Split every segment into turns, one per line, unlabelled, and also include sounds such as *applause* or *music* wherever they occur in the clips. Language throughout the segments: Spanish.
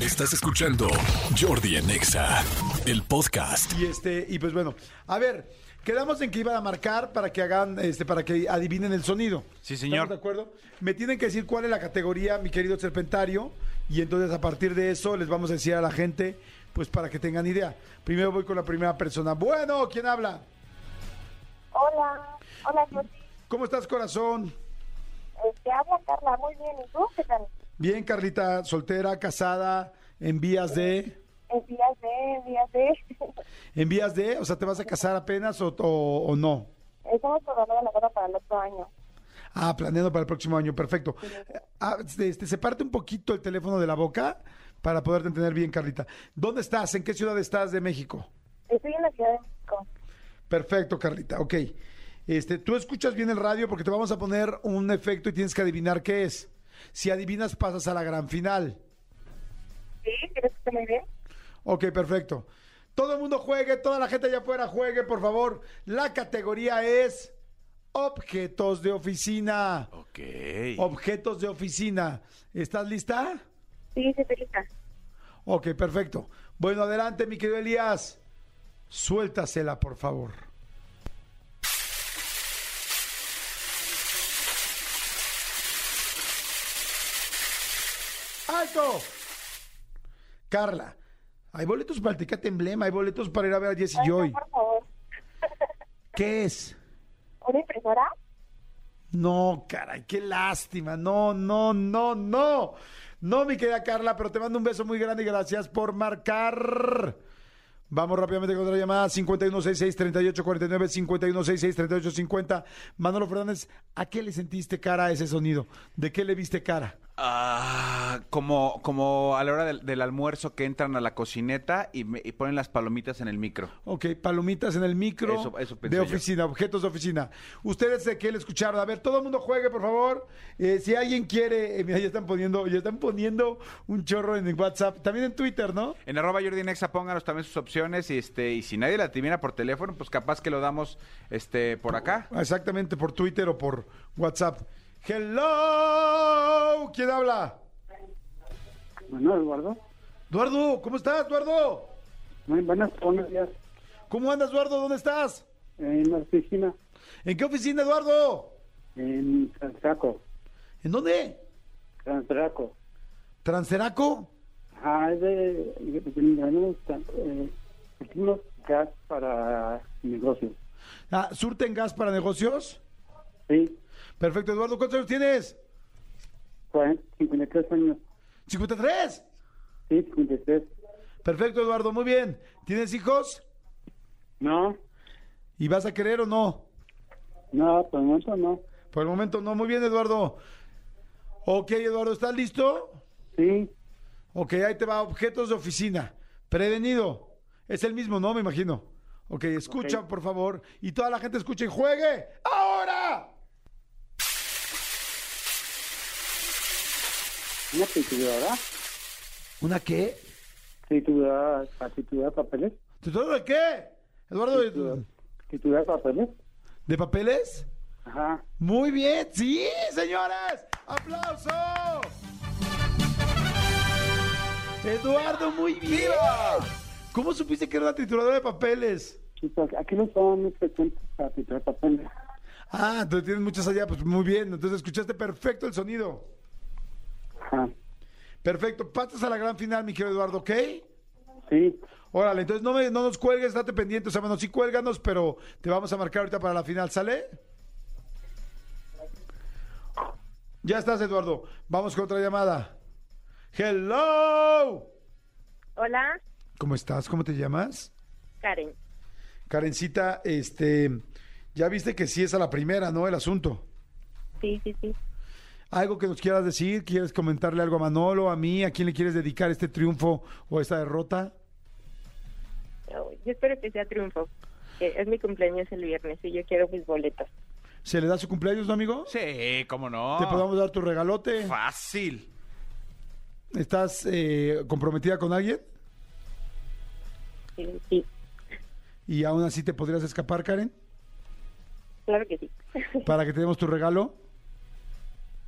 Estás escuchando Jordi en Exa, el podcast.
Y este, y pues bueno, a ver, quedamos en que iban a marcar para que hagan, este, para que adivinen el sonido.
Sí, señor.
¿Estamos de acuerdo? Me tienen que decir cuál es la categoría, mi querido Serpentario, y entonces a partir de eso les vamos a decir a la gente, pues para que tengan idea. Primero voy con la primera persona. Bueno, ¿quién habla?
Hola, hola Jordi.
¿Cómo estás, corazón?
Te habla Carla, muy bien. ¿Y tú qué tal?
Bien, Carlita, soltera, casada, en vías de,
En días de, en días de. *laughs*
en vías de, o sea, ¿te vas a casar apenas o, o- o no?
Estamos programando la boda para el otro año.
Ah, planeando para el próximo año, perfecto. Ah, este, este, separte un poquito el teléfono de la boca para poderte entender bien, Carlita. ¿Dónde estás? ¿En qué ciudad estás de México?
Estoy en la Ciudad de México.
Perfecto, Carlita, ok. Este, tú escuchas bien el radio porque te vamos a poner un efecto y tienes que adivinar qué es. Si adivinas, pasas a la gran final.
¿Sí? ¿Quieres que esté muy bien?
Ok, perfecto. Todo el mundo juegue, toda la gente allá afuera juegue, por favor. La categoría es objetos de oficina.
Ok.
Objetos de oficina. ¿Estás lista?
Sí, sí, estoy lista.
Ok, perfecto. Bueno, adelante, mi querido Elías. Suéltasela, por favor. ¡Alto! Carla, hay boletos para el Tecate Emblema, hay boletos para ir a ver a Jesse
Ay, no,
Joy.
Por favor.
¿Qué es?
¿Una impresora?
No, caray, qué lástima. No, no, no, no. No, mi querida Carla, pero te mando un beso muy grande y gracias por marcar. Vamos rápidamente con otra llamada, 5166-3849, 5166-3850. Manolo Fernández, ¿a qué le sentiste cara a ese sonido? ¿De qué le viste cara?
Ah, como, como a la hora del, del almuerzo que entran a la cocineta y, me- y ponen las palomitas en el micro.
Ok, palomitas en el micro
Eso- eso pensé
de
yo.
oficina, objetos de oficina. Ustedes de qué le escucharon. A ver, todo el mundo juegue, por favor. Eh, si alguien quiere, eh, mira, ya están poniendo, ya están poniendo un chorro en WhatsApp, también en Twitter, ¿no?
En arroba Jordi Nexa pónganos también sus opciones y, este, y si nadie la adivina por teléfono, pues capaz que lo damos este, por acá.
Exactamente, por Twitter o por WhatsApp. Hello, ¿quién habla?
Bueno, Eduardo,
Eduardo, ¿cómo estás, Eduardo?
muy buenas, buenos días. Eh,
¿Cómo andas, Eduardo? ¿Dónde estás?
En la oficina,
¿En qué oficina, Eduardo?
en Transaco,
¿En dónde?
Transaco.
¿Transeraco?
Ajá, Ah, es de, de- de- de- eh, pusimos gas para negocios.
Ah, ¿Surten gas para negocios?
Sí,
Perfecto, Eduardo, ¿cuántos años tienes?
cuaren- 53 años.
53.
Sí, 53.
Perfecto, Eduardo, muy bien. ¿Tienes hijos?
No,
¿Y vas a querer o no?
no, por el momento no.
Por el momento no. Muy bien, Eduardo. Ok, Eduardo, ¿estás listo?
Sí,
Ok, ahí te va. Objetos de oficina. Prevenido. Es el mismo, ¿no? Me imagino. Ok, escucha,
Ok.
por favor. Y toda la gente escucha y juegue. ¡Ahora!
una trituradora.
¿Una qué?
Trituradora, para triturar papeles.
¿Tutorial de qué? Eduardo,
Triturar,
¿de,
triturar papeles.
de papeles?
Ajá.
Muy bien, sí, señores. ¡Aplauso! Eduardo, muy bien. ¿Cómo supiste que era una trituradora de papeles?
Entonces, Aquí no son muy frecuentes para triturar papeles.
Ah, entonces tienes muchas allá, pues muy bien. Entonces escuchaste perfecto el sonido.
Ajá.
Perfecto, pasas a la gran final, mi querido Eduardo, ¿ok?
Sí,
Órale, entonces no, me- no nos cuelgues, estate pendiente. O sea, bueno, sí cuélganos, pero te vamos a marcar ahorita para la final, ¿sale? Ya estás, Eduardo. Vamos con otra llamada. ¡Hello!
Hola,
¿Cómo estás? ¿Cómo te llamas?
Karen.
Karencita, este, ya viste que sí es a la primera, ¿no? El asunto.
Sí, sí, sí.
¿Algo que nos quieras decir? ¿Quieres comentarle algo a Manolo, a mí? ¿A quién le quieres dedicar este triunfo o esta derrota?
Yo Oh, yo espero que sea triunfo. que Es mi cumpleaños el viernes y yo quiero mis boletos.
¿Se le da su cumpleaños, no, amigo?
Sí, cómo no.
Te podemos dar tu regalote.
Fácil.
¿Estás eh, comprometida con alguien?
Sí, sí.
Y aún así te podrías escapar, Karen,
Claro que sí.
para que te demos tu regalo.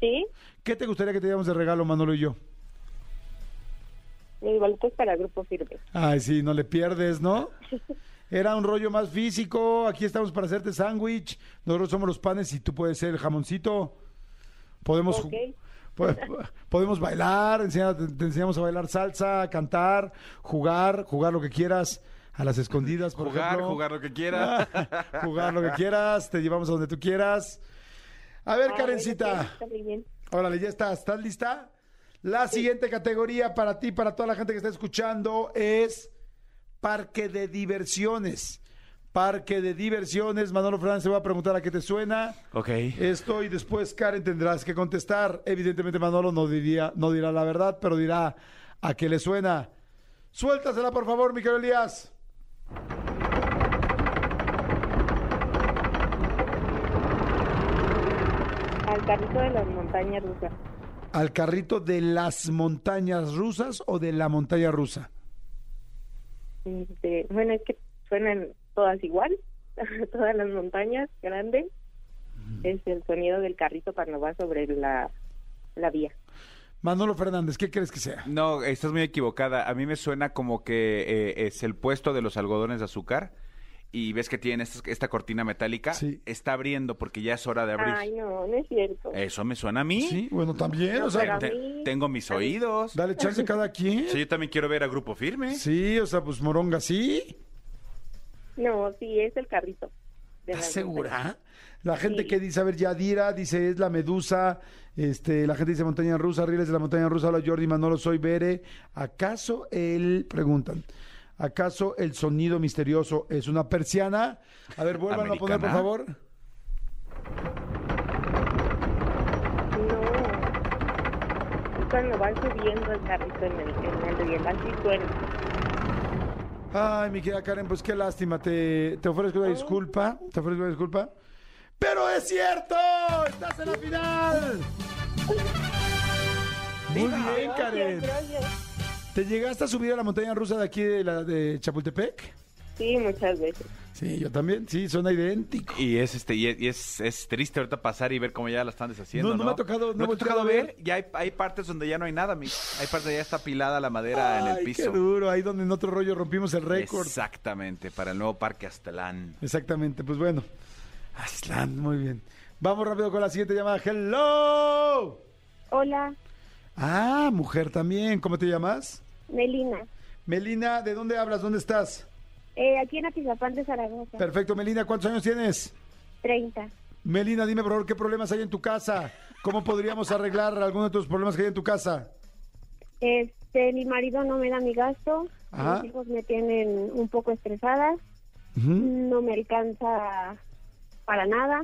¿Sí?
¿Qué te gustaría que te diéramos de regalo, Manolo y yo?
Mi boleto es para Grupo Firme.
Ay, sí, no le pierdes,
*laughs*
¿no? Era un rollo más físico. Aquí estamos para hacerte sándwich. Nosotros somos los panes y tú puedes ser el jamoncito. Podemos, ju-
Ok.
po- *laughs* po- podemos bailar, enseña- te te enseñamos a bailar salsa, a cantar, jugar, jugar lo que quieras. A las escondidas, por
Jugar,
ejemplo.
jugar lo
*laughs*
que quieras.
jugar lo que quieras. Te llevamos a donde tú quieras. A ver,
Ah,
Karencita.
bueno, está muy bien.
Órale, ya estás. ¿Estás lista? La siguiente categoría para ti, para toda la gente que está escuchando, es Parque de Diversiones. Parque de Diversiones. Manolo Fernández se va a preguntar a qué te suena.
ok.
Esto y después Karen tendrás que contestar. Evidentemente Manolo no, diría, no dirá la verdad, pero dirá a qué le suena. Suéltasela, por favor, mi querido Elías.
Al carrito de las montañas rusas.
¿Al carrito de las montañas rusas o de la montaña rusa?
Este, bueno, es que suenan todas igual, *laughs* todas las montañas grandes. Es el sonido del carrito cuando va sobre la, la vía.
Manolo Fernández, ¿qué crees que sea?
No, estás muy equivocada. A mí me suena como que eh, es el puesto de los algodones de azúcar y ves que tienen estas- esta cortina metálica.
Sí.
Está abriendo porque ya es hora de abrir.
Ay, no, no es cierto.
Eh.
Eso me suena a mí.
Sí, bueno, también,
No,
o sea,
pero a
Te-
mí-
tengo mis
a mí-
oídos.
Dale chance a cada quien.
Sí,
Sí.
yo también quiero ver a Grupo Firme.
o sea, pues Moronga, sí.
No, sí, es el carrito. de
¿Estás
las
segura? La gente
Sí.
que dice, a ver, Yadira, dice, es la medusa, este, la gente dice montaña rusa, Riles de la montaña rusa, hola Jordi Manolo, soy Bere. ¿Acaso el, preguntan, acaso el sonido misterioso es una persiana? A ver, vuelvan a poner, por
¿Americana?
favor.
montañas. No. Es cuando van subiendo el carrito en el, en el riel, así suena.
Ay, mi querida Karen, pues qué lástima, te, te ofrezco una disculpa, te ofrezco una disculpa. Pero es cierto, estás en la final. Muy bien, Karen.
gracias.
¿Te llegaste a subir a la montaña rusa de aquí de la de Chapultepec?
Sí, muchas veces.
Sí, yo también, sí, suena idéntico.
Y es este y es, y es- es triste ahorita pasar y ver cómo ya la están deshaciendo.
No,
No,
no me ha tocado- no
no,
he
me ha
volteado
tocado
a
ver.
ver.
Ya hay, hay partes donde ya no hay nada, mi. Hay partes donde ya está apilada la madera en
Ay,
el
Qué
piso.
duro, ahí donde en otro rollo rompimos el récord.
Exactamente, para el nuevo Parque Aztlán.
Exactamente, pues bueno. Aslan, muy bien. Vamos rápido con la siguiente llamada. ¡Hello!
Hola,
Ah, mujer también, ¿cómo te llamas?
Melina.
Melina, ¿de dónde hablas? ¿Dónde estás?
Eh, aquí en Atizapán de Zaragoza.
Perfecto, Melina, ¿cuántos años tienes?
30.
Melina, dime por favor qué problemas hay en tu casa. ¿Cómo podríamos arreglar alguno de tus problemas que hay en tu casa?
Este, mi marido no me da mi gasto,
Ajá.
mis hijos me tienen un poco estresada, no me alcanza para nada.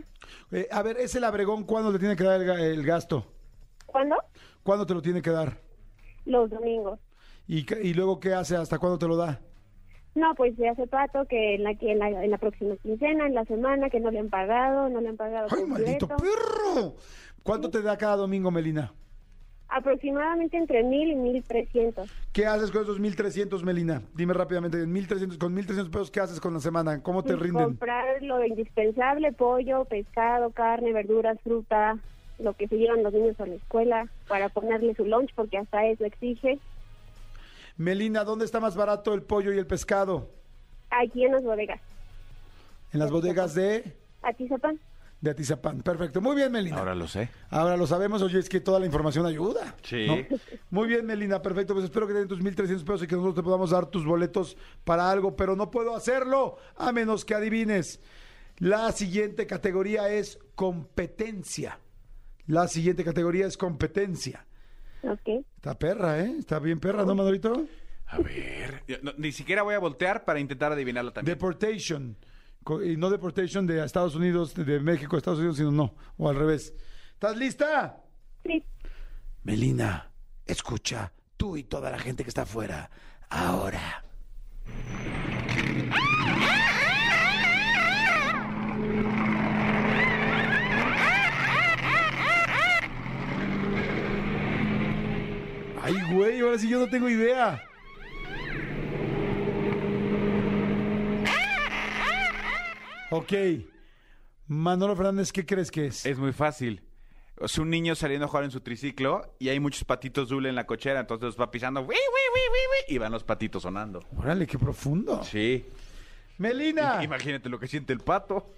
Eh, a ver, ese labregón, ¿cuándo te tiene que dar el, ga- el gasto?
¿Cuándo?
¿Cuándo te lo tiene que dar?
Los domingos.
¿Y, qué- y luego qué hace? ¿Hasta cuándo te lo da?
No, pues se hace pato que en la, que en la, en la próxima quincena, en la semana, que no le han pagado, no le han pagado
¡Ay, maldito
completo.
perro! ¿Cuánto te da cada domingo, Melina?
Aproximadamente entre mil y mil trescientos.
¿Qué haces con esos 1.300, Melina? Dime rápidamente, en 1,300 con 1.300 pesos, ¿qué haces con la semana? ¿Cómo te rinden?
Comprar lo indispensable, pollo, pescado, carne, verduras, fruta, lo que se llevan los niños a la escuela para ponerle su lunch porque hasta eso exige.
Melina, ¿dónde está más barato el pollo y el pescado?
Aquí en las bodegas.
En las bodegas de,
Atizapán.
de Atizapán. Perfecto. Muy bien, Melina.
Ahora lo sé.
Ahora lo sabemos, oye, es que toda la información ayuda.
Sí.
Muy bien, Melina, perfecto. Pues espero que den tus 1.300 pesos y que nosotros te podamos dar tus boletos para algo, pero no puedo hacerlo a menos que adivines. La siguiente categoría es competencia. La siguiente categoría es competencia.
Ok.
Está perra, ¿eh? Está bien perra, ¿no, Manolito?
A ver. yo- no, ni siquiera voy a voltear para intentar adivinarlo también.
Deportation. Co- Y no deportation de Estados Unidos, de México a Estados Unidos, sino no, o al revés. ¿Estás lista?
Sí.
Melina, escucha, tú y toda la gente que está afuera, ahora. Ay, güey, ahora sí yo no tengo idea. Ok. Manolo Fernández, ¿qué crees que es?
Es muy fácil. o sea, un niño saliendo a jugar en su triciclo y hay muchos patitos dule en la cochera, entonces los va pisando, "Wii, wii, wii, wii, wii", y van los patitos sonando.
Órale, qué profundo.
Sí.
Melina.
Imagínate lo que siente el pato.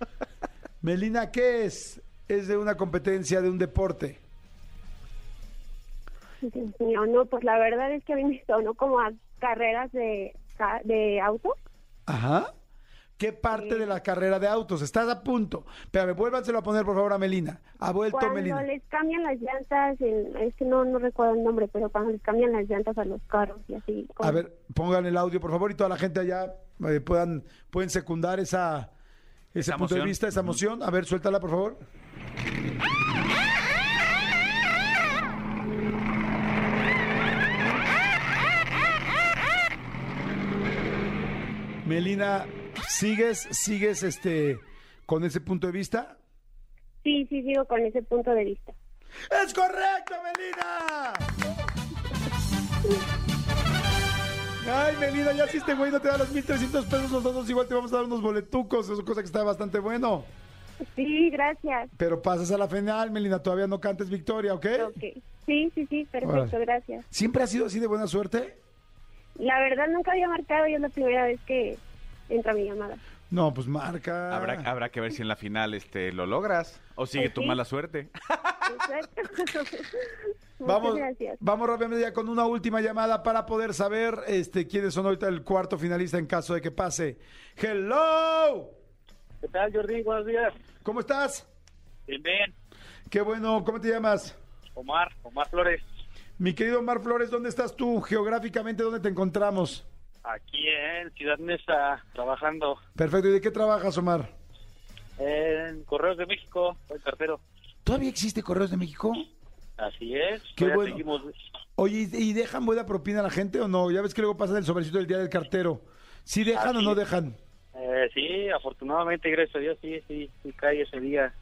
Melina, ¿qué es? Es de una competencia, de un deporte.
Dios mío, no, pues la verdad es que a mí me sonó como a carreras de, ca- de autos.
Ajá. ¿Qué parte de la carrera de autos? Estás a punto. Espérame, vuélvanselo a poner, por favor, a Melina. Ha vuelto
Cuando
Melina.
les cambian las llantas, en- es que no, no recuerdo el nombre, pero cuando les cambian las llantas a los carros y así.
A
como-
ver, pongan el audio, por favor, y toda la gente allá eh, puedan, pueden secundar esa, ese
Esa
punto de
emoción.
vista, esa emoción. A ver, suéltala, por favor. Melina, ¿sigues, sigues este, con ese punto de vista?
Sí, sí, sigo con ese punto de vista.
¡Es correcto, Melina! Ay, Melina, ya si este güey no te da los 1.300 pesos, nosotros igual te vamos a dar unos boletucos, es una cosa que está bastante bueno.
Sí, gracias.
Pero pasas a la final, Melina, todavía no cantes victoria, ¿ok?
Ok. Sí, sí, sí, perfecto,
¿Eh? Órale.
gracias.
¿Siempre has sido así de buena suerte?
La verdad nunca había marcado y es la primera vez que entra
*laughs*
mi llamada.
No, pues marca.
Habrá, habrá que ver si en la final este lo logras o sigue
Pues
tu
sí.
mala suerte.
Exacto. Muchas
Vamos,
gracias.
vamos rápidamente ya con una última llamada para poder saber este, quiénes son ahorita el cuarto finalista en caso de que pase. ¡Hello!
¿Qué tal, Jordi? Buenos días.
¿Cómo estás?
Bien, bien.
Qué bueno, ¿cómo te llamas?
Omar, Omar Flores,
Mi querido Omar Flores, ¿dónde estás tú? Geográficamente, ¿dónde te encontramos?
aquí en Ciudad Neza, trabajando
Perfecto, ¿y de qué trabajas, Omar?
en Correos de México, soy cartero.
¿Todavía existe Correos de México?
Así es.
Qué
todavía
bueno.
seguimos-
Oye, ¿y y dejan buena propina a la gente o no? Ya ves que luego pasa el sobrecito del día del cartero. ¿Sí dejan o
Así
no
es.
dejan?
eh, sí, afortunadamente, gracias a Dios, sí, sí, sí cae ese día.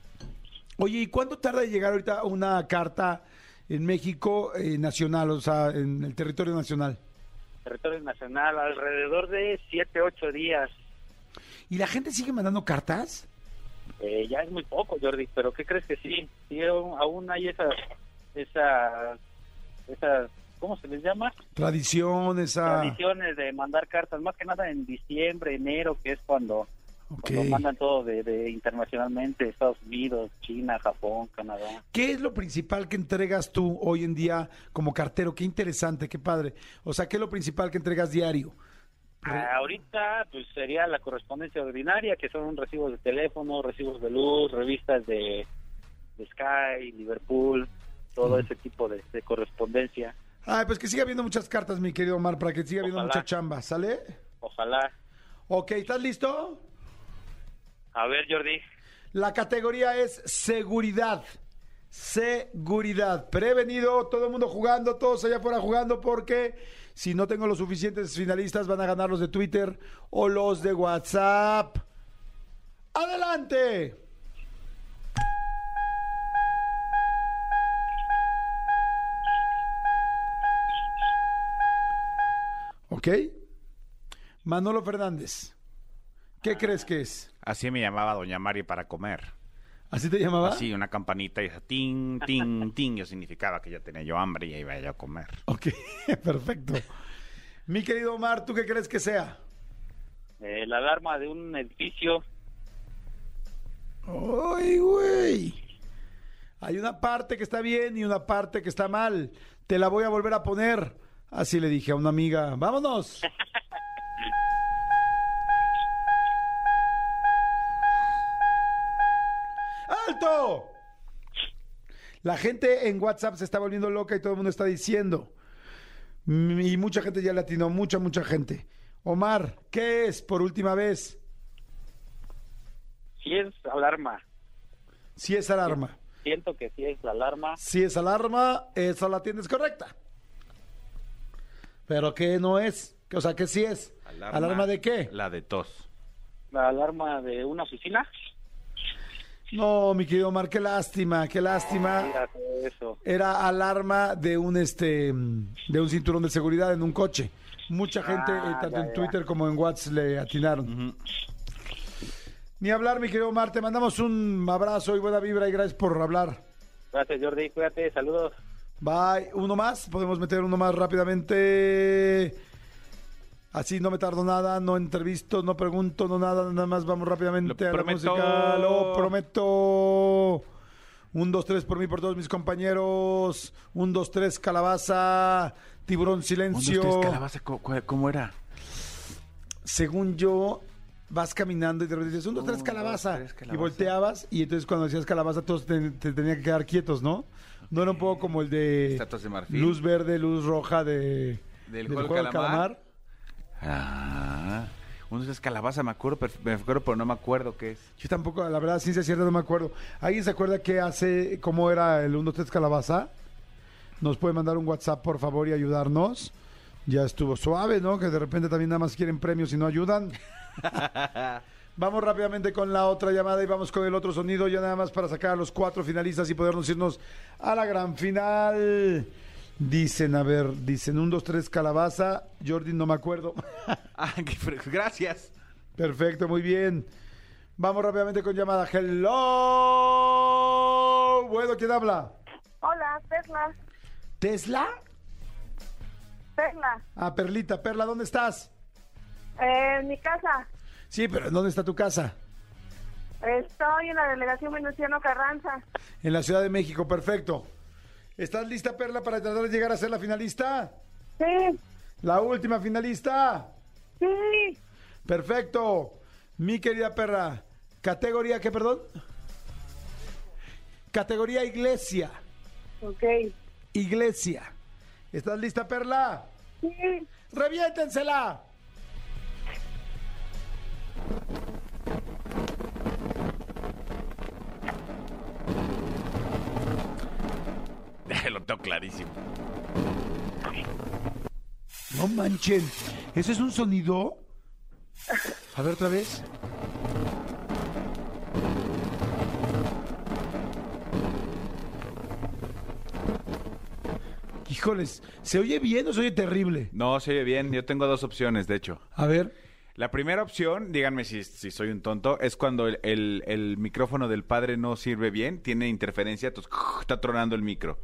Oye, ¿y cuánto tarda en llegar ahorita una carta en México eh, nacional, o sea, en el territorio nacional?
Territorio Nacional, alrededor de 7, 8 días.
¿Y la gente sigue mandando cartas?
Eh, ya es muy poco, Jordi, pero ¿qué crees que sí? Sí, aún, aún hay esa, esa, esa, ¿cómo se les llama?
Tradición, esa...
Tradiciones de mandar cartas, más que nada en diciembre, enero, que es cuando,
Ok.
cuando mandan todo de, de internacionalmente, Estados Unidos, China, Japón, Canadá.
¿Qué es lo principal que entregas tú hoy en día como cartero? Qué interesante, qué padre. O sea, ¿qué es lo principal que entregas diario?
Ah, ahorita pues sería la correspondencia ordinaria, que son recibos de teléfono, recibos de luz, revistas de, de Sky, Liverpool, todo ese tipo de, de correspondencia.
Ay, pues que siga habiendo muchas cartas, mi querido Omar, para que siga habiendo
Ojalá.
mucha chamba, ¿sale?
Ojalá.
Ok, ¿estás listo?
A ver, Jordi.
La categoría es seguridad. Seguridad. Prevenido, todo el mundo jugando, todos allá afuera jugando, porque si no tengo los suficientes finalistas, van a ganar los de Twitter o los de WhatsApp. ¡Adelante! ¿Ok? Manolo Fernández. ¿Qué crees que es?
Así me llamaba Doña Mari para comer.
¿Así te llamaba?
Así, una campanita y esa ting, ting, ting. Yo significaba que ya tenía yo hambre y ya iba yo a comer.
Ok, *laughs* perfecto. Mi querido Omar, ¿tú qué crees que sea?
Eh, la alarma de un edificio.
¡Ay, güey! Hay una parte que está bien y una parte que está mal. Te la voy a volver a poner. Así le dije a una amiga. ¡Vámonos! ¡Alto! La gente en WhatsApp se está volviendo loca y todo el mundo está diciendo. Mm, Y mucha gente ya latino, mucha, mucha gente. Omar, ¿qué es por última vez?
Sí es alarma.
Si es alarma.
Siento que sí es la alarma.
Si es alarma, esa la tienes correcta. Pero que no es, o sea, que sí es. ¿Alarma, de qué?
La de tos.
La alarma de una oficina.
No, mi querido Omar, qué lástima, qué lástima.
Mira eso.
Era alarma de un este mm, de un cinturón de seguridad en un coche. Mucha gente,
Ah,
eh, tanto
ya,
en
ya.
Twitter como en WhatsApp, le atinaron. Ni hablar, mi querido Omar, te mandamos un abrazo y buena vibra y gracias por hablar.
Gracias, Jordi. Cuídate. Saludos.
Bye. Uno más. Podemos meter uno más rápidamente. Así no me tardo nada, no entrevisto, no pregunto, no nada, nada más vamos rápidamente
Lo
a
prometo.
la música. Lo prometo. Un, dos, tres por mí, por todos mis compañeros. Un, dos, tres, calabaza. Tiburón silencio.
¿cómo era?
Según yo, vas caminando y de repente dices, un, dos, tres,
Un,
calabaza.
dos, tres,
Y
calabaza.
volteabas y entonces cuando decías calabaza todos te, te tenían que quedar quietos, ¿no? No era un poco como el de
Estatuas de marfil.
luz verde, luz roja de,
Del juego del calamar. Ah, uno es calabaza, me acuerdo, perf- me acuerdo, pero no me acuerdo qué *laughs* es.
Yo tampoco, la verdad, ciencia cierta, no me acuerdo. ¿Alguien se acuerda qué hace, cómo era el 1, 2, 3 calabaza? Nos puede mandar un WhatsApp, por favor, y ayudarnos. Ya estuvo suave, ¿no? Que de repente también nada más quieren premios y no ayudan. vamos rápidamente con la otra llamada y vamos con el otro sonido, ya nada más para sacar a los cuatro finalistas y podernos irnos a la gran final. Dicen, a ver, dicen 1, 2, 3 calabaza. Jordi, no me acuerdo. *laughs*
Ah, qué fre- gracias.
Perfecto, muy bien. Vamos rápidamente con llamada. Hello. Bueno, ¿quién habla?
Hola, Perla.
¿Tesla?
Perla.
Ah, Perlita, Perla, ¿dónde estás?
en mi casa.
Sí, pero ¿dónde está tu casa?
Estoy en la delegación Venustiano Carranza.
En la Ciudad de México, perfecto. ¿Estás lista, Perla, para tratar de llegar a ser la finalista?
Sí,
La última finalista.
sí.
Perfecto. Mi querida Perla, categoría, ¿qué, perdón? Categoría iglesia.
Ok.
Iglesia. ¿Estás lista, Perla?
Sí.
¡Reviéntensela!
*laughs* Lo tengo clarísimo.
No manchen. ¿Ese es un sonido? A ver otra vez. Híjoles, ¿se oye bien o se oye terrible?
No, se oye bien. Yo tengo dos opciones, de hecho.
A ver.
La primera opción, díganme si, si soy un tonto, es cuando el, el- el micrófono del padre no sirve bien, tiene interferencia, entonces *laughs* está tronando el micro.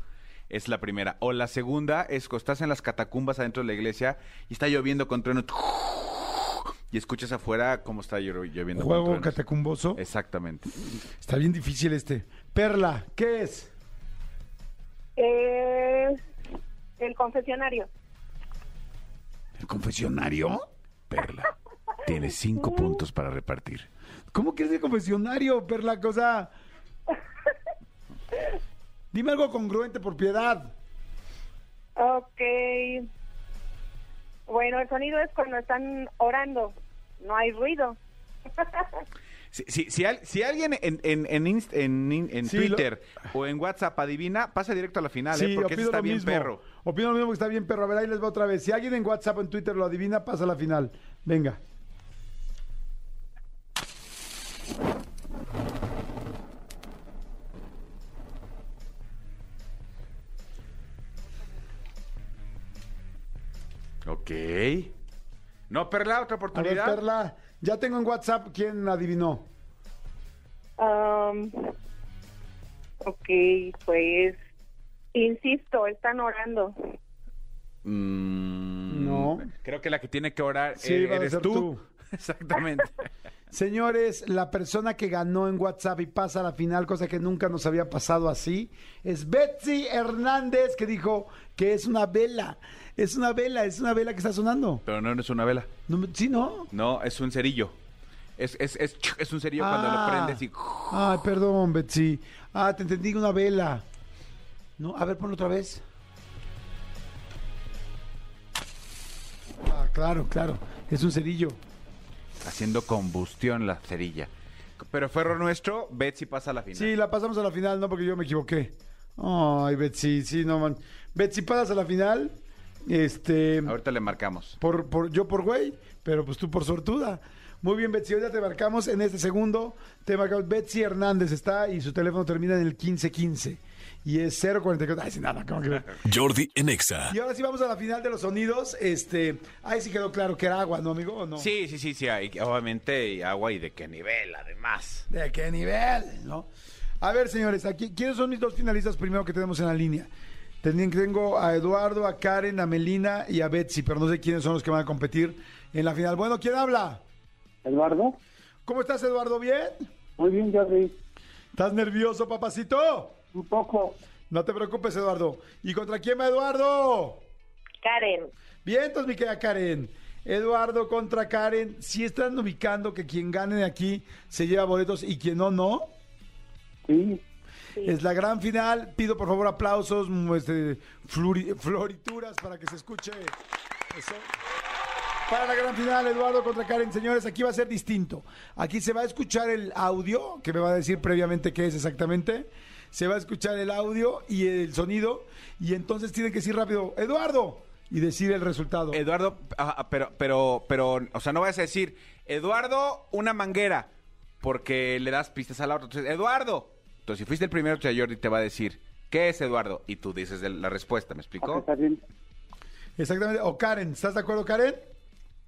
Es la primera. O la segunda es cuando estás en las catacumbas adentro de la iglesia y está lloviendo con trueno *laughs* y escuchas afuera cómo está llo- lloviendo. con
Juego
truenos.
catacumboso.
Exactamente.
Está bien difícil este. Perla, ¿qué es?
Eh, el confesionario.
¿El confesionario? Perla, tienes cinco puntos para repartir.
¿Cómo que es el confesionario, Perla? Cosa. Dime algo congruente por piedad.
Ok. Bueno, el sonido es cuando están orando. No hay ruido.
Si, si- si al- si alguien en, en- en Inst- en- en- en
Sí,
Twitter o en WhatsApp adivina, pasa directo a la final, ¿eh? porque ese está bien perro.
Opino lo mismo que está bien perro. A ver, ahí les va otra vez. Si alguien en WhatsApp o en Twitter lo adivina, pasa a la final. Venga.
Ok. No, Perla,
A ver,
otra oportunidad.
Perla, ya tengo en WhatsApp quién adivinó.
Am, Um, ok, pues. Insisto, están orando.
Mm,
No.
Creo que la que tiene que orar
Sí,
e-
vas a
eres
ser
tú.
tú.
*laughs* Exactamente.
Señores, la persona que ganó en WhatsApp y pasa a la final, cosa que nunca nos había pasado así, es Betsy Hernández, que dijo que es una vela. Es una vela, es una vela que está sonando.
Pero no, no es una vela.
No me- ¿Sí, no?
No, es un cerillo. Es, es, es, es un cerillo cuando lo
Ah.
prendes y... *laughs*
Ay, perdón, Betsy. Ah, te entendí una vela. No, a ver, ponlo otra vez. Ah, claro, claro. Es un cerillo.
Haciendo combustión la cerilla. Pero fue error nuestro, Betsy pasa a la final.
Sí, la pasamos a la final, no, porque yo me equivoqué. Ay, Betsy, sí, no man. Betsy, pasas a la final. Este.
Ahorita le marcamos.
Por, por- yo por güey, pero pues tú por sortuda. Muy bien, Betsy, ahorita te marcamos en este segundo. Te marcamos Betsy Hernández está y su teléfono termina en el 1515. Y es 044. Ay, sin nada, ¿cómo que no?
Jordi en Exa.
Y ahora sí vamos a la final de los sonidos. Este, ahí sí quedó claro que era agua, ¿no, amigo? ¿O no?
Sí, sí, sí, sí. hay- obviamente, y agua y de qué nivel, además.
¿De qué nivel? ¿No? A ver, señores, aquí, ¿quiénes son mis dos finalistas primero que tenemos en la línea? Teni- Tengo a Eduardo, a Karen, a Melina y a Betsy, pero no sé quiénes son los que van a competir en la final. Bueno, ¿quién habla?
Eduardo,
¿Cómo estás, Eduardo? ¿Bien?
muy bien, Jordi.
¿Estás nervioso, papacito?
Un poco.
No te preocupes, Eduardo. ¿Y contra quién va Eduardo?
Karen,
Bien, entonces, mi querida Karen. Eduardo contra Karen. Si están ubicando que quien gane de aquí se lleva boletos y quien no, no.
Sí,
Es la gran final. Pido por favor aplausos, mm, este, flori- florituras para que se escuche. Eso. Para la gran final, Eduardo contra Karen, señores, aquí va a ser distinto. Aquí se va a escuchar el audio, que me va a decir previamente qué es exactamente. Se va a escuchar el audio y el sonido, y entonces tienen que decir rápido, Eduardo, y decir el resultado.
Eduardo, ajá, pero, pero, pero, o sea, no vayas a decir, Eduardo, una manguera, porque le das pistas a la otra. Entonces, Eduardo. Entonces, si fuiste el primero, tía Jordi te va a decir, ¿qué es Eduardo? Y tú dices el- la respuesta, ¿me
ok,
explicó?
está bien.
Exactamente. O Karen, ¿estás de acuerdo, Karen?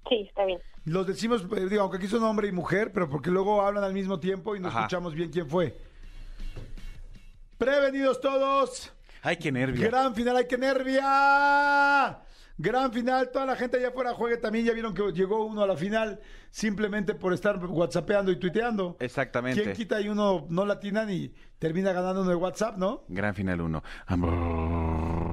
sí, está bien.
Los decimos, eh, digo, aunque aquí son hombre y mujer, pero porque luego hablan al mismo tiempo y no
Ajá.
escuchamos bien quién fue. Prevenidos todos.
Ay, qué nervio.
Gran final, hay que nervia. Gran final, toda la gente allá afuera juegue también. Ya vieron que llegó uno a la final simplemente por estar whatsappeando y tuiteando.
Exactamente.
¿Quién quita y uno no latina ni termina ganando uno de WhatsApp, no?
Gran final 1.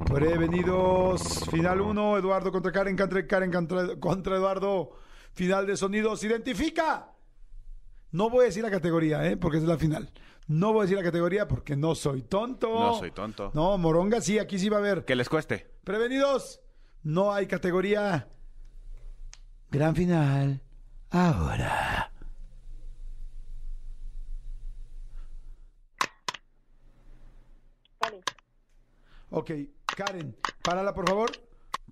Prevenidos, final 1, Eduardo contra Karen, contra Karen contra, contra Eduardo, final de sonidos, identifica. No voy a decir la categoría, ¿eh? porque es la final. No voy a decir la categoría porque no soy tonto.
No soy tonto.
No, Moronga sí, aquí sí va a haber.
Que les cueste.
Prevenidos, no hay categoría. Gran final, ahora.
Karen,
Ok, Karen, párala por favor.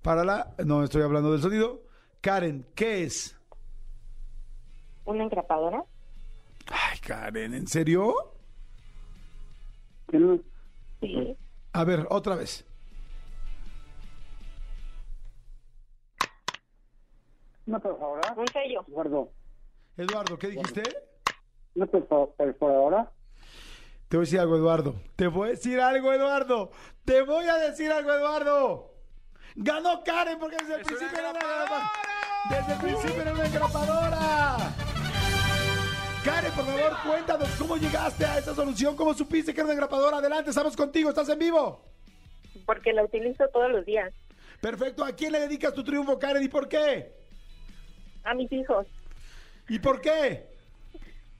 Párala, no estoy hablando del sonido. Karen, ¿qué es?
una engrapadora,
Ay, Karen, ¿en serio?
Tiene-
sí,
A ver, otra vez.
Una perforadora,
un sello,
Eduardo.
Eduardo, ¿qué dijiste?
Una perfo- perforadora.
Te voy a decir algo, Eduardo. Te voy a decir algo, Eduardo. Te voy a decir algo, Eduardo. Ganó Karen porque desde el principio era una engrapadora. Desde el principio era una engrapadora. Karen, por favor, cuéntanos cómo llegaste a esa solución, cómo supiste que era una engrapadora. Adelante, estamos contigo, estás en vivo.
porque la utilizo todos los días.
Perfecto, ¿a quién le dedicas tu triunfo, Karen? ¿Y por qué?
A mis hijos,
¿Y por qué?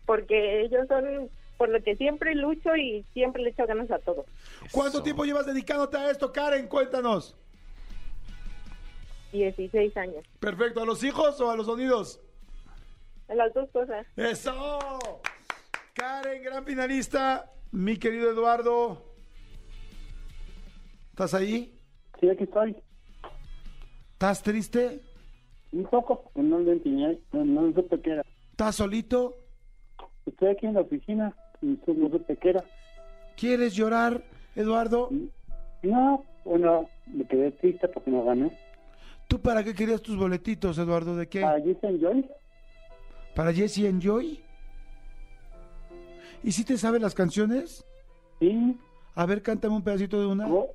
porque ellos son por lo que siempre lucho y siempre le echo ganas a todo.
¿Cuánto tiempo llevas dedicándote a esto, Karen? Cuéntanos.
16 años.
Perfecto, ¿a los hijos o a los sonidos?
Las dos cosas.
¡Eso! Karen, gran finalista. Mi querido Eduardo. ¿Estás ahí?
Sí, aquí estoy.
¿Estás triste?
Un poco, porque no lo entendí, no, no supe qué era.
¿Estás solito?
Estoy aquí en la oficina y tú no supe qué era.
¿Quieres llorar, Eduardo?
No, bueno, me quedé triste porque no gané.
¿Tú para qué querías tus boletitos, Eduardo? ¿De qué?
¿Para Jason Ah, Joy?
¿Para Jesse and Joy? ¿Y si te sabes las canciones?
Sí.
A ver, cántame un pedacito de una.
Co-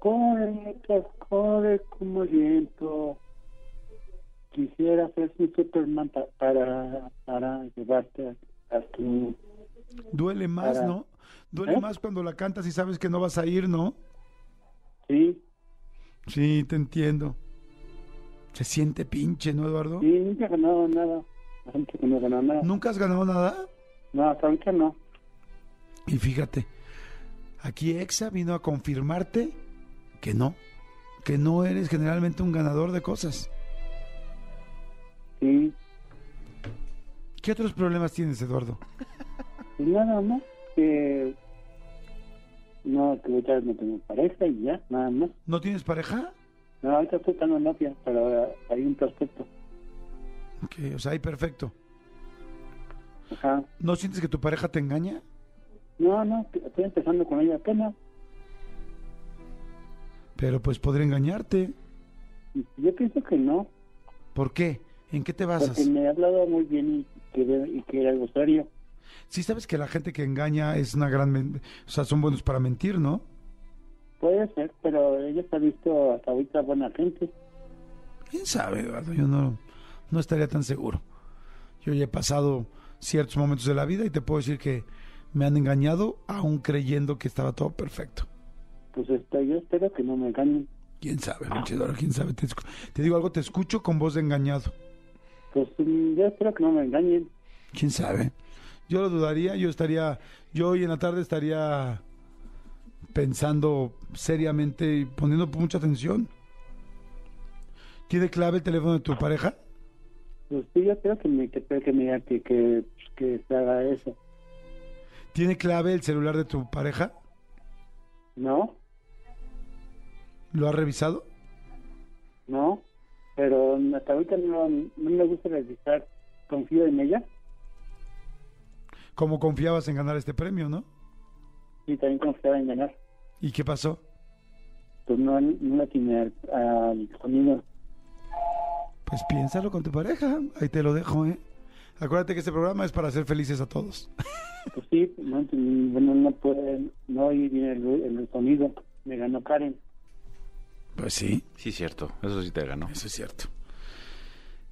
Corre, mientras corre como el viento. Quisiera ser un Superman pa- para, para llevarte a, a tu.
Duele más,
Para-
¿no? Duele
¿Eh?
más cuando la cantas y sabes que no vas a ir, ¿no?
Sí,
Sí, te entiendo. Se siente pinche, ¿no, Eduardo?
sí, nunca he ganado nada. Hace mucho que no he ganado nada. No,
¿Nunca has ganado nada?
hasta ahorita no.
Y fíjate, aquí Exa vino a confirmarte que no, que no eres generalmente un ganador de cosas.
Sí,
¿Qué otros problemas tienes, Eduardo?
y nada más. Que. No, que ahorita no tengo pareja y ya, nada más.
¿No tienes pareja?
No, ahorita estoy tan novia, pero ahora hay un prospecto.
Ok, o sea, ahí perfecto.
Ajá.
¿No sientes que tu pareja te engaña?
No, no, estoy empezando con ella apenas.
Pero pues podría engañarte.
Yo pienso que no.
¿Por qué? ¿En qué te basas?
Porque me hablaba muy bien y que, y que era algo serio.
Sí sabes que la gente que engaña es una gran... men- O sea, son buenos para mentir, ¿no?
Puede ser, pero ella se ha visto hasta ahorita buena gente.
¿Quién sabe, Eduardo? Yo no, no estaría tan seguro. Yo ya he pasado ciertos momentos de la vida y te puedo decir que me han engañado aún creyendo que estaba todo perfecto.
Pues esto, yo espero que no me engañen.
¿Quién sabe, pinche Eduardo? ¿Quién sabe? Te, escu- te digo algo, te escucho con voz de engañado.
Pues mm, yo espero que no me engañen.
¿Quién sabe? Yo lo dudaría, yo estaría, yo hoy en la tarde estaría pensando seriamente y poniendo mucha atención. ¿Tiene clave el teléfono de tu pareja?
Pues sí, yo espero que me, que, que me que, que, que se haga eso.
¿Tiene clave el celular de tu pareja?
No,
¿Lo has revisado?
no. Pero hasta ahorita no, no me gusta revisar. Confío en ella
Como confiabas en ganar este premio, ¿no?
y también confiaba en ganar.
¿Y qué pasó?
Pues no, no la tiene al, al sonido.
Pues piénsalo con tu pareja, ahí te lo dejo, ¿eh? Acuérdate que este programa es para hacer felices a todos.
Pues sí, no, bueno, no puede, no oí bien el, el sonido. Me ganó Karen.
Pues sí,
Sí, cierto. Eso sí te ganó.
eso es cierto.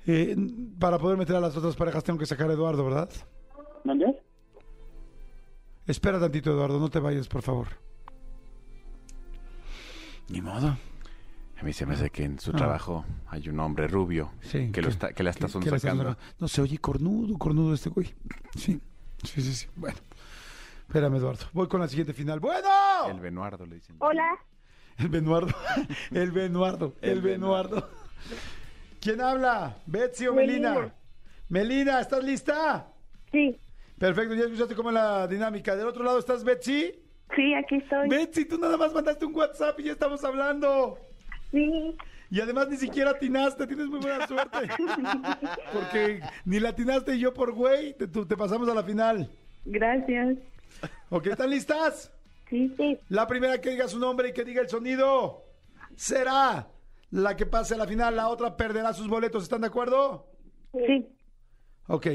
Eh, para poder meter a las otras parejas tengo que sacar a Eduardo, ¿verdad?
¿Mandé?
Espera tantito, Eduardo, no te vayas, por favor. Ni modo.
A mí se me hace que en su
Ah.
trabajo hay un hombre rubio
Sí,
que, lo está, que la está
que- que la está
sonsacando.
sonsa- No, se oye cornudo, cornudo este güey. Sí, sí, sí, sí. Bueno. Espérame, Eduardo. Voy con la siguiente final. ¡Bueno!
El Benuardo le dicen.
Hola,
*laughs* El Benuardo. El Benuardo. El,
El
Benuardo. ¿Quién habla? ¿Betsy o Melina? Melina,
Melina.
¿estás lista?
sí,
Perfecto, ya escuchaste cómo es la dinámica. Del otro lado estás Betsy.
sí, aquí estoy.
Betsy, tú nada más mandaste un WhatsApp y ya estamos hablando.
Sí,
Y además ni siquiera atinaste, tienes muy buena suerte. Porque ni la atinaste y yo por güey, te, tú- te pasamos a la final.
gracias.
Ok, ¿están listas?
Sí, sí,
La primera que diga su nombre y que diga el sonido será la que pase a la final. La otra perderá sus boletos. ¿Están de acuerdo?
sí.
Ok.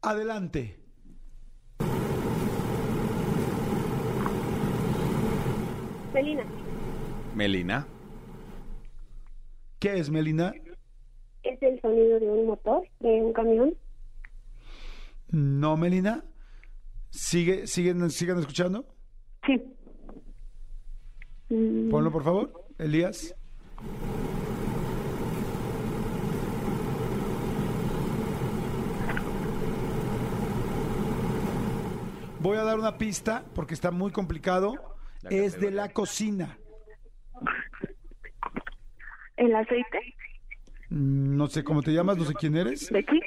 Adelante.
Celina,
Melina.
¿Qué es, Melina?
¿es el sonido de un motor, de un camión?
No, Melina. ¿Sigue, siguen, ¿Sigan escuchando?
Sí. Mm,
Ponlo, por favor. Elías. Voy a dar una pista porque está muy complicado. Es de la cocina.
¿El aceite?
Mm, No sé cómo te llamas, no sé quién eres.
¿De aquí?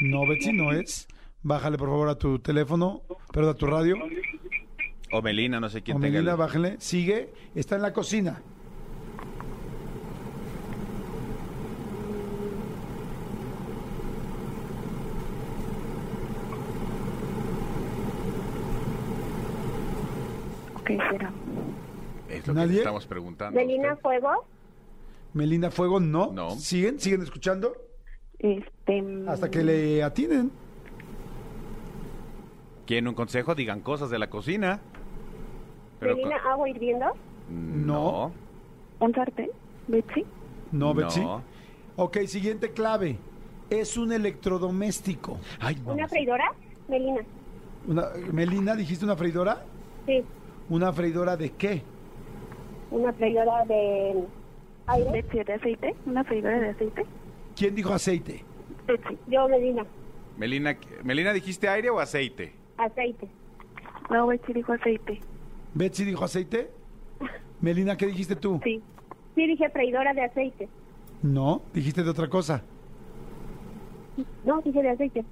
No, Betsy, no es. Bájale, por favor, a tu teléfono, perdón, a tu radio.
O Melina, no sé quién
O
tenga. el-
Melina, bájale. Sigue. Está en la cocina.
¿Qué será?
Es lo que
¿Nadie?
le estamos preguntando. a
¿Melina
usted.
Fuego?
Melina Fuego, no.
No.
¿Siguen? ¿Siguen escuchando?
Este... mm,
Hasta que le atinen.
¿Quieren un consejo? Digan cosas de la cocina. Pero
¿Melina Agua Hirviendo?
con- No.
¿Un sartén? ¿Betsy?
No, Betsy.
No.
Ok, siguiente clave. Es un electrodoméstico.
Ay, no.
¿Una freidora? Melina,
Una- Melina, ¿dijiste una freidora?
sí.
¿Una freidora de qué?
¿Una freidora de aire? ¿Betsy de aceite? ¿Una freidora de aceite?
¿Quién dijo aceite?
Betsy. Yo, Melina.
Melina, Melina, ¿dijiste aire o aceite?
Aceite. No, Betsy dijo aceite.
¿Betsy dijo
*laughs*
aceite? Melina, ¿qué dijiste tú?
Sí. Sí, dije freidora de aceite.
No, dijiste de otra cosa.
No, dije de aceite.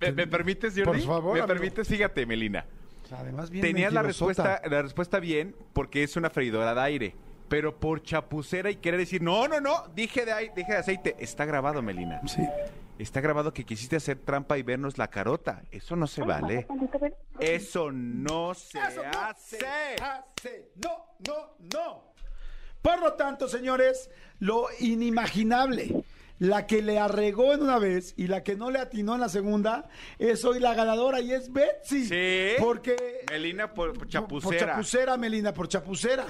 ¿Me, me permites, Jordi?
Por favor,
¿Me
amigo.
permites? Fíjate, Melina.
O sea, Además, bien
Tenías la
mentirosota.
respuesta, la respuesta bien porque es una freidora de aire. Pero por chapucera y querer decir, no, no, no, dije de, ai- dije de aceite. Está grabado, Melina.
Sí.
Está grabado que quisiste hacer trampa y vernos la carota. Eso no se vale. Eso no se hace.
hace. No, no, no. Por lo tanto, señores, lo inimaginable, La que le arregó en una vez y la que no le atinó en la segunda es hoy la ganadora y es Betsy.
Sí.
Porque
Melina por, por
por
chapucera.
chapucera, Melina, por chapucera.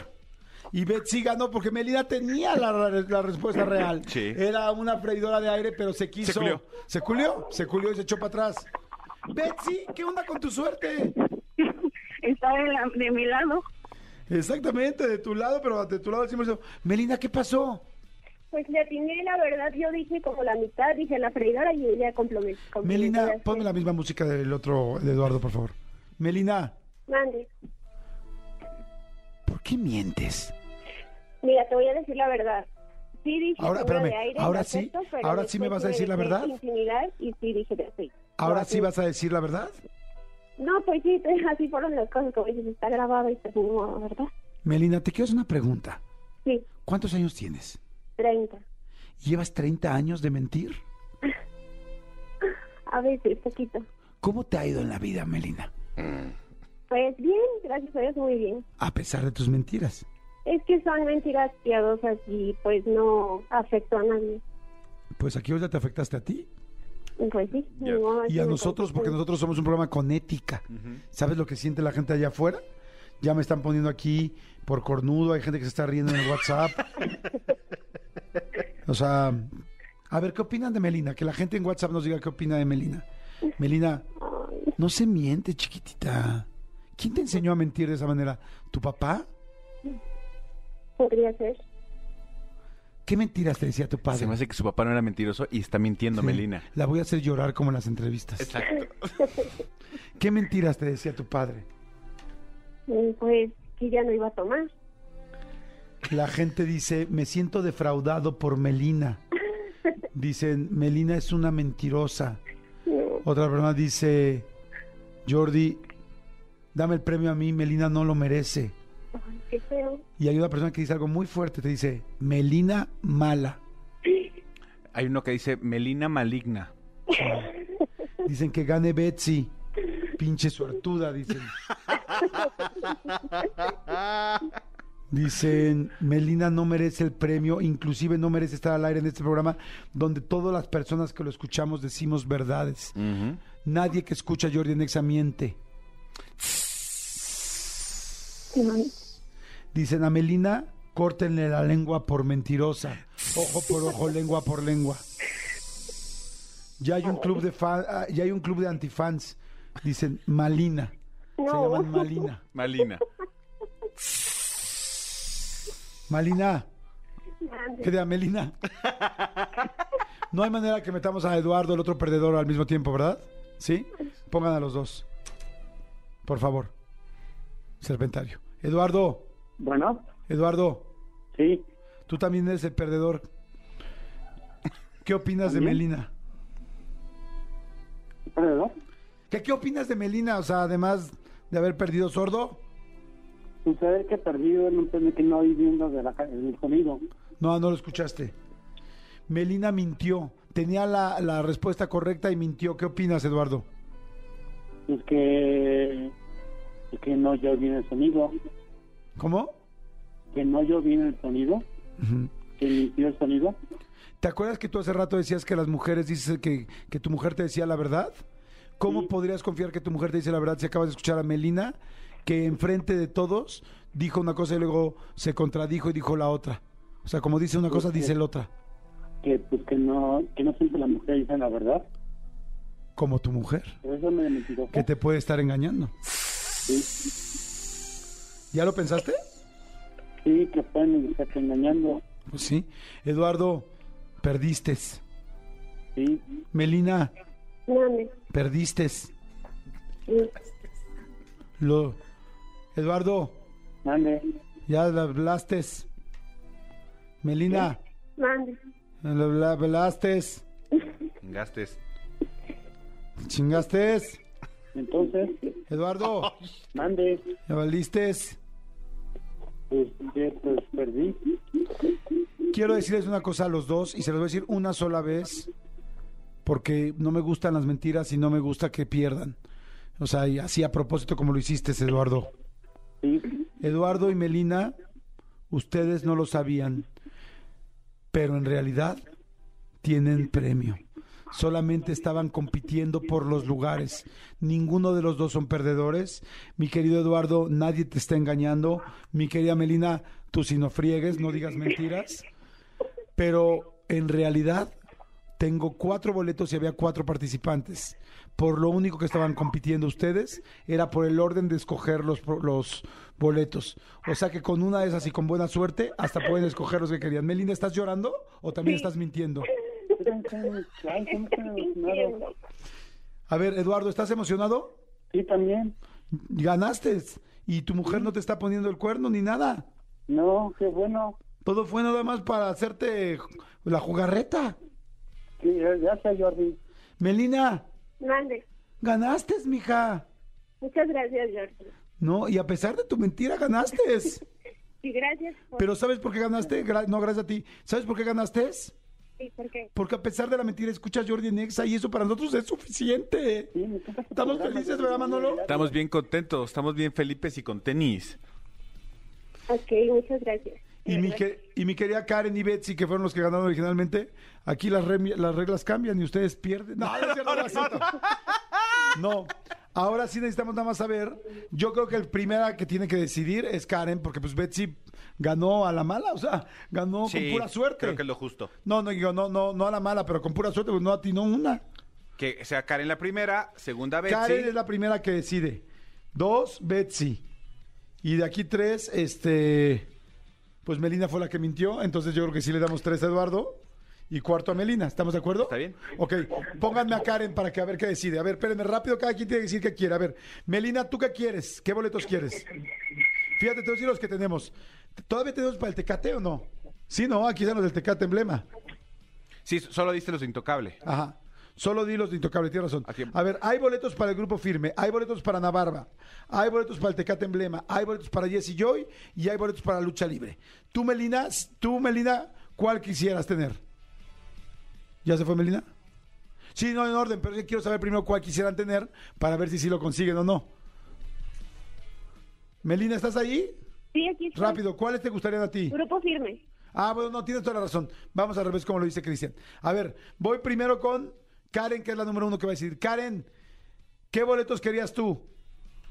Y Betsy ganó porque Melina tenía la, la respuesta real.
Sí.
Era una freidora de aire, pero se quiso.
Se culió.
Se culió, se culió y se echó para atrás. Betsy, ¿qué onda con tu suerte?
Está de, la- de mi lado.
Exactamente, de tu lado, pero de tu lado siempre digo, Melina, ¿qué pasó?
Pues le atiné, la verdad, yo dije como la mitad, dije la freidora y ella complementó.
Melina, ponme la misma música del otro, de Eduardo, por favor. Melina,
Mande.
¿por qué mientes?
Mira, te voy a decir la verdad. Sí dije
Ahora,
figura
espérame,
de aire,
ahora
de
sí,
afecto, pero
ahora sí me
después
vas a decir la
dejé
verdad.
intimidar y sí dije de sí.
¿Ahora
No,
sí vas a decir la verdad?
No, pues sí, *laughs* te- así fueron las cosas, como dices, está grabado y se filmó, ¿verdad?
Melina, te quiero hacer una pregunta.
Sí,
¿Cuántos años tienes?
30.
¿Llevas 30 años de mentir?
A veces, poquito.
¿Cómo te ha ido en la vida, Melina?
Pues bien, gracias a Dios, muy bien.
A pesar de tus mentiras.
Es que son mentiras piadosas y pues no afectó a nadie.
Pues aquí ahorita te afectaste a ti
Y, Pues sí,
Ya.
ni modo, así
y a
me
nosotros,
contestan.
porque nosotros somos un programa con ética. ¿Sabes lo que siente la gente allá afuera? Ya me están poniendo aquí por cornudo, hay gente que se está riendo en el WhatsApp. o sea, a ver, ¿qué opinan de Melina? Que la gente en WhatsApp nos diga qué opina de Melina. Melina, no se miente, chiquitita. ¿Quién te enseñó a mentir de esa manera? ¿Tu papá?
Podría ser.
¿Qué mentiras te decía tu padre?
Se me hace que su papá no era mentiroso y está mintiendo,
Sí,
Melina.
La voy a hacer llorar como en las entrevistas.
Exacto.
¿Qué mentiras te decía tu padre?
Y, Pues que ya no iba a tomar.
La gente dice, me siento defraudado por Melina. Dicen, Melina es una mentirosa. Otra persona dice, Jordi, dame el premio a mí, Melina no lo merece.
Ay, qué feo.
Y hay una persona que dice algo muy fuerte, te dice, Melina mala.
Hay uno que dice Melina maligna.
Dicen que gane Betsy. Pinche suertuda, dicen. Dicen, Melina no merece el premio, inclusive no merece estar al aire en este programa donde todas las personas que lo escuchamos decimos verdades. Nadie que escucha a Jordi Nexa miente.
Ay,
Dicen, a Melina, córtenle la lengua por mentirosa. Ojo por ojo, lengua por lengua. Ya hay un club de fan- ah, ya hay un club de antifans. Dicen, Malina. Se
No.
llaman Malina.
Malina.
Malina,
mande.
¿qué de Melina? No hay manera que metamos a Eduardo, el otro perdedor, al mismo tiempo, ¿verdad? ¿Sí? Pongan a los dos. Por favor. Serpentario. Eduardo,
Bueno,
Eduardo,
sí,
tú también eres el perdedor. ¿Qué opinas de
¿También?
Melina?
perdedor.
¿Qué, ¿Qué opinas de Melina? O sea, además de haber perdido sordo.
Sin saber que perdido en un premio que no oí viendo de la, ca- del sonido.
No, no lo escuchaste. Melina mintió. Tenía la, la respuesta correcta y mintió. ¿Qué opinas, Eduardo?
Es Pues que, es que no yo bien el sonido.
¿Cómo?
Que no yo bien el sonido.
Ujú.
Que mintió el sonido.
¿Te acuerdas que tú hace rato decías que las mujeres dices que, que tu mujer te decía la verdad? ¿Cómo podrías confiar que tu mujer te dice la verdad si acabas de escuchar a Melina, que enfrente de todos dijo una cosa y luego se contradijo y dijo la otra? O sea, como dice una cosa,
Ujú.
dice la otra.
Que pues que no, que no siempre las mujeres dicen la verdad.
Como tu mujer,
Pero eso me mentiroso.
que te puede estar engañando.
Sí,
¿Ya lo pensaste?
sí, que pueden estar engañando.
Pues sí. Eduardo, perdiste.
Sí,
Melina,
Mande.
perdiste.
Sí.
Lo... Eduardo,
mande.
ya la hablaste. Melina.
Mande.
Lo bla- Velaste,
Gastes.
chingaste,
Entonces,
Eduardo,
mande.
me valiste.
Pues, que, pues perdí.
Quiero decirles una cosa a los dos y se los voy a decir una sola vez porque no me gustan las mentiras y no me gusta que pierdan. O sea, y así a propósito como lo hiciste, Eduardo.
Sí,
Eduardo y Melina, ustedes no lo sabían, pero en realidad tienen premio. Solamente estaban compitiendo por los lugares. Ninguno de los dos son perdedores. Mi querido Eduardo, nadie te está engañando. Mi querida Melina, tú si no friegues, no digas mentiras. Pero en realidad tengo cuatro boletos y había cuatro participantes. Por lo único que estaban compitiendo ustedes era por el orden de escoger los, pro- los boletos. O sea que con una de esas y con buena suerte, hasta pueden escoger los que querían. Melina, ¿estás llorando o también estás mintiendo?
Ay, ¿cómo están
Pues
emocionados?
A ver, Eduardo, ¿estás emocionado?
Sí, también.
Ganaste y tu mujer no te está poniendo el cuerno ni nada.
No, qué bueno.
Todo fue nada más para hacerte la jugarreta.
Sí, gracias, Jordi.
Melina,
Mande.
ganaste, mija.
Muchas gracias, Jordi.
No, y a pesar de tu mentira, ganaste.
Y gracias por...
Pero ¿sabes por qué ganaste? Gra- no, gracias a ti. ¿Sabes por qué ganaste?
Sí, porque...
Porque a pesar de la mentira, escuchas Jordi Nexa y eso para nosotros es suficiente.
Sí, me encanta tu
Estamos
programa,
felices,
Jordi.
¿verdad, Manolo?
Estamos bien contentos, estamos bien felices y con tenis.
Ok, muchas gracias.
Y mi, que- y mi querida Karen y Betsy, que fueron los que ganaron originalmente, aquí las, remi- las reglas cambian y ustedes pierden. No, no es cierto, no es cierto. No, ahora sí necesitamos nada más saber. Yo creo que el primera que tiene que decidir es Karen, porque pues Betsy ganó a la mala, o sea, ganó con pura suerte.
Creo que es lo justo.
No, no, digo, no, no, no a la mala, pero con pura suerte, pues no atinó una.
Que sea Karen la primera, segunda Betsy.
Karen es la primera que decide. Dos, Betsy. Y de aquí tres, este. Pues Melina fue la que mintió, entonces yo creo que sí le damos tres a Eduardo y cuarto a Melina. ¿Estamos de acuerdo?
Está bien.
Ok, pónganme a Karen para que a ver qué decide. A ver, espérenme rápido, cada quien tiene que decir qué quiere. A ver, Melina, ¿tú qué quieres? ¿Qué boletos quieres? Fíjate, te voy a decir los que tenemos. ¿Todavía tenemos para el Tecate o no? Sí, no, aquí están los del Tecate emblema.
Sí, solo diste los intocables.
Ajá. Solo di los de Intocable, tienes razón.
Aquí-
A ver, hay boletos para el grupo firme, hay boletos para Navarra, hay boletos para el Tecate Emblema, hay boletos para Jesse Joy y hay boletos para Lucha Libre. Tú, Melina, s- tú, Melina, ¿cuál quisieras tener? ¿Ya se fue Melina? Sí, no en orden, pero yo quiero saber primero cuál quisieran tener para ver si sí lo consiguen o no. Melina, ¿estás ahí?
Sí, aquí estoy.
Rápido, ¿cuáles te gustarían a ti?
Grupo firme.
Ah, bueno, no, tienes toda la razón. Vamos al revés, como lo dice Cristian. A ver, voy primero con Karen, que es la número uno que va a decir. Karen, ¿qué boletos querías tú?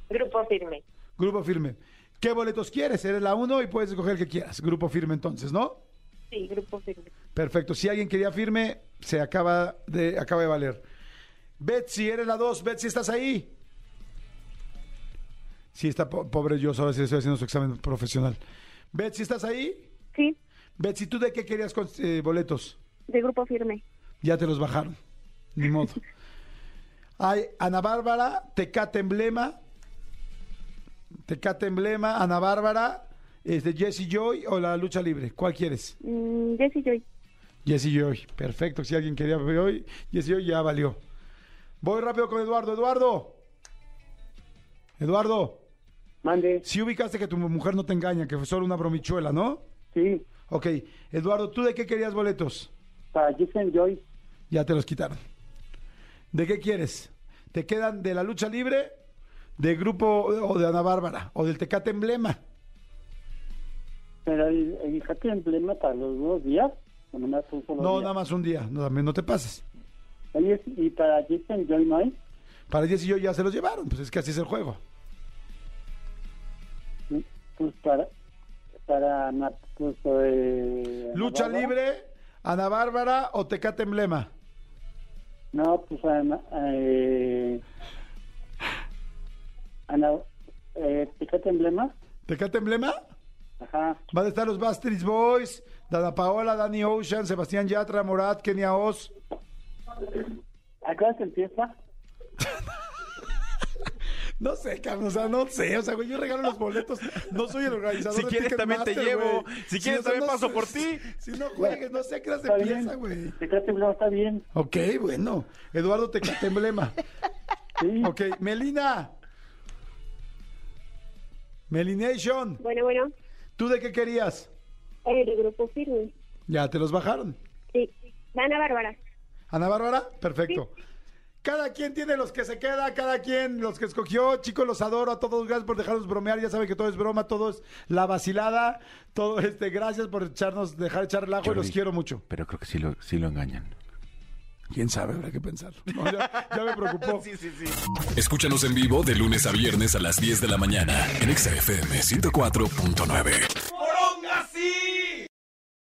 Grupo firme.
Grupo firme. ¿Qué boletos quieres? Eres la uno y puedes escoger el que quieras. Grupo firme entonces, ¿no?
Sí, grupo firme.
Perfecto. Si alguien quería firme, se acaba de, acaba de valer. Betsy, eres la dos. Betsy, ¿estás ahí? Sí, está po- pobre yo, sabes, estoy haciendo su examen profesional. Betsy, ¿estás ahí?
Sí,
Betsy, ¿tú de qué querías cons- eh, boletos?
de grupo firme.
Ya te los bajaron. Ni modo. Hay Ana Bárbara, Tecate Emblema. Tecate Emblema, Ana Bárbara, este, Jesse Joy o la lucha libre. ¿Cuál quieres?
Mm, Jessy Joy.
Jesse Joy. Perfecto. Si alguien quería ver hoy, Jesse Joy ya valió. Voy rápido con Eduardo. Eduardo. Eduardo,
Mande,
si ubicaste que tu mujer no te engaña, que fue solo una bromichuela, ¿no?
sí,
Ok. Eduardo, ¿tú de qué querías boletos?
para Jason Joy,
Ya te los quitaron. ¿De qué quieres? ¿Te quedan de la lucha libre, de grupo o de Ana Bárbara o del Tecate Emblema?
pero el, el jaque emblema para los dos días, o nomás un solo
No,
día?
nada más un día, no, también no te pases.
Oye, y para Jason Joy no hay,
Para Jess y yo ya se los llevaron, pues es que así es el juego.
pues para, para, na- pues, eh,
Lucha
Navarra.
libre, Ana Bárbara o Tecate Emblema.
No, pues Ana, eh, Ana, eh, Tecate Emblema,
¿Tecate Emblema?
ajá,
Van a estar los Bastard Boys, Dana Paola, Danny Ocean, Sebastián Yatra, Morat, Kenia Oz.
¿a qué hora se empieza?
No sé, Carlos, o sea, no sé. O sea, güey, yo regalo los boletos. No soy el organizador.
Si
de
quieres, también te
Ticketmaster,
llevo.
güey.
Si quieres, también paso por ti.
Si no juegues, no sé qué hora se
Está bien,
empieza, güey.
Tecate Emblema está bien,
Ok, bueno. Eduardo Tecate Emblema.
sí,
Ok, Melina. Melination,
Bueno, bueno,
¿tú de qué querías?
eh, de grupo firme.
Ya te los bajaron.
Sí, Dana Bárbara.
Ana Bárbara, perfecto. Cada quien tiene los que se queda, cada quien los que escogió. Chicos, los adoro a todos. Gracias por dejarnos bromear. Ya saben que todo es broma, todo es la vacilada. Todo este, gracias por echarnos, dejar echar relajo y los
Jordi.
quiero mucho. *laughs*
Pero creo que sí lo, sí lo engañan.
Quién sabe, habrá que pensarlo. No, ya, ya me preocupó.
Sí, sí, sí.
Escúchanos en vivo de lunes a viernes a las 10 de la mañana en Exa FM 104.9.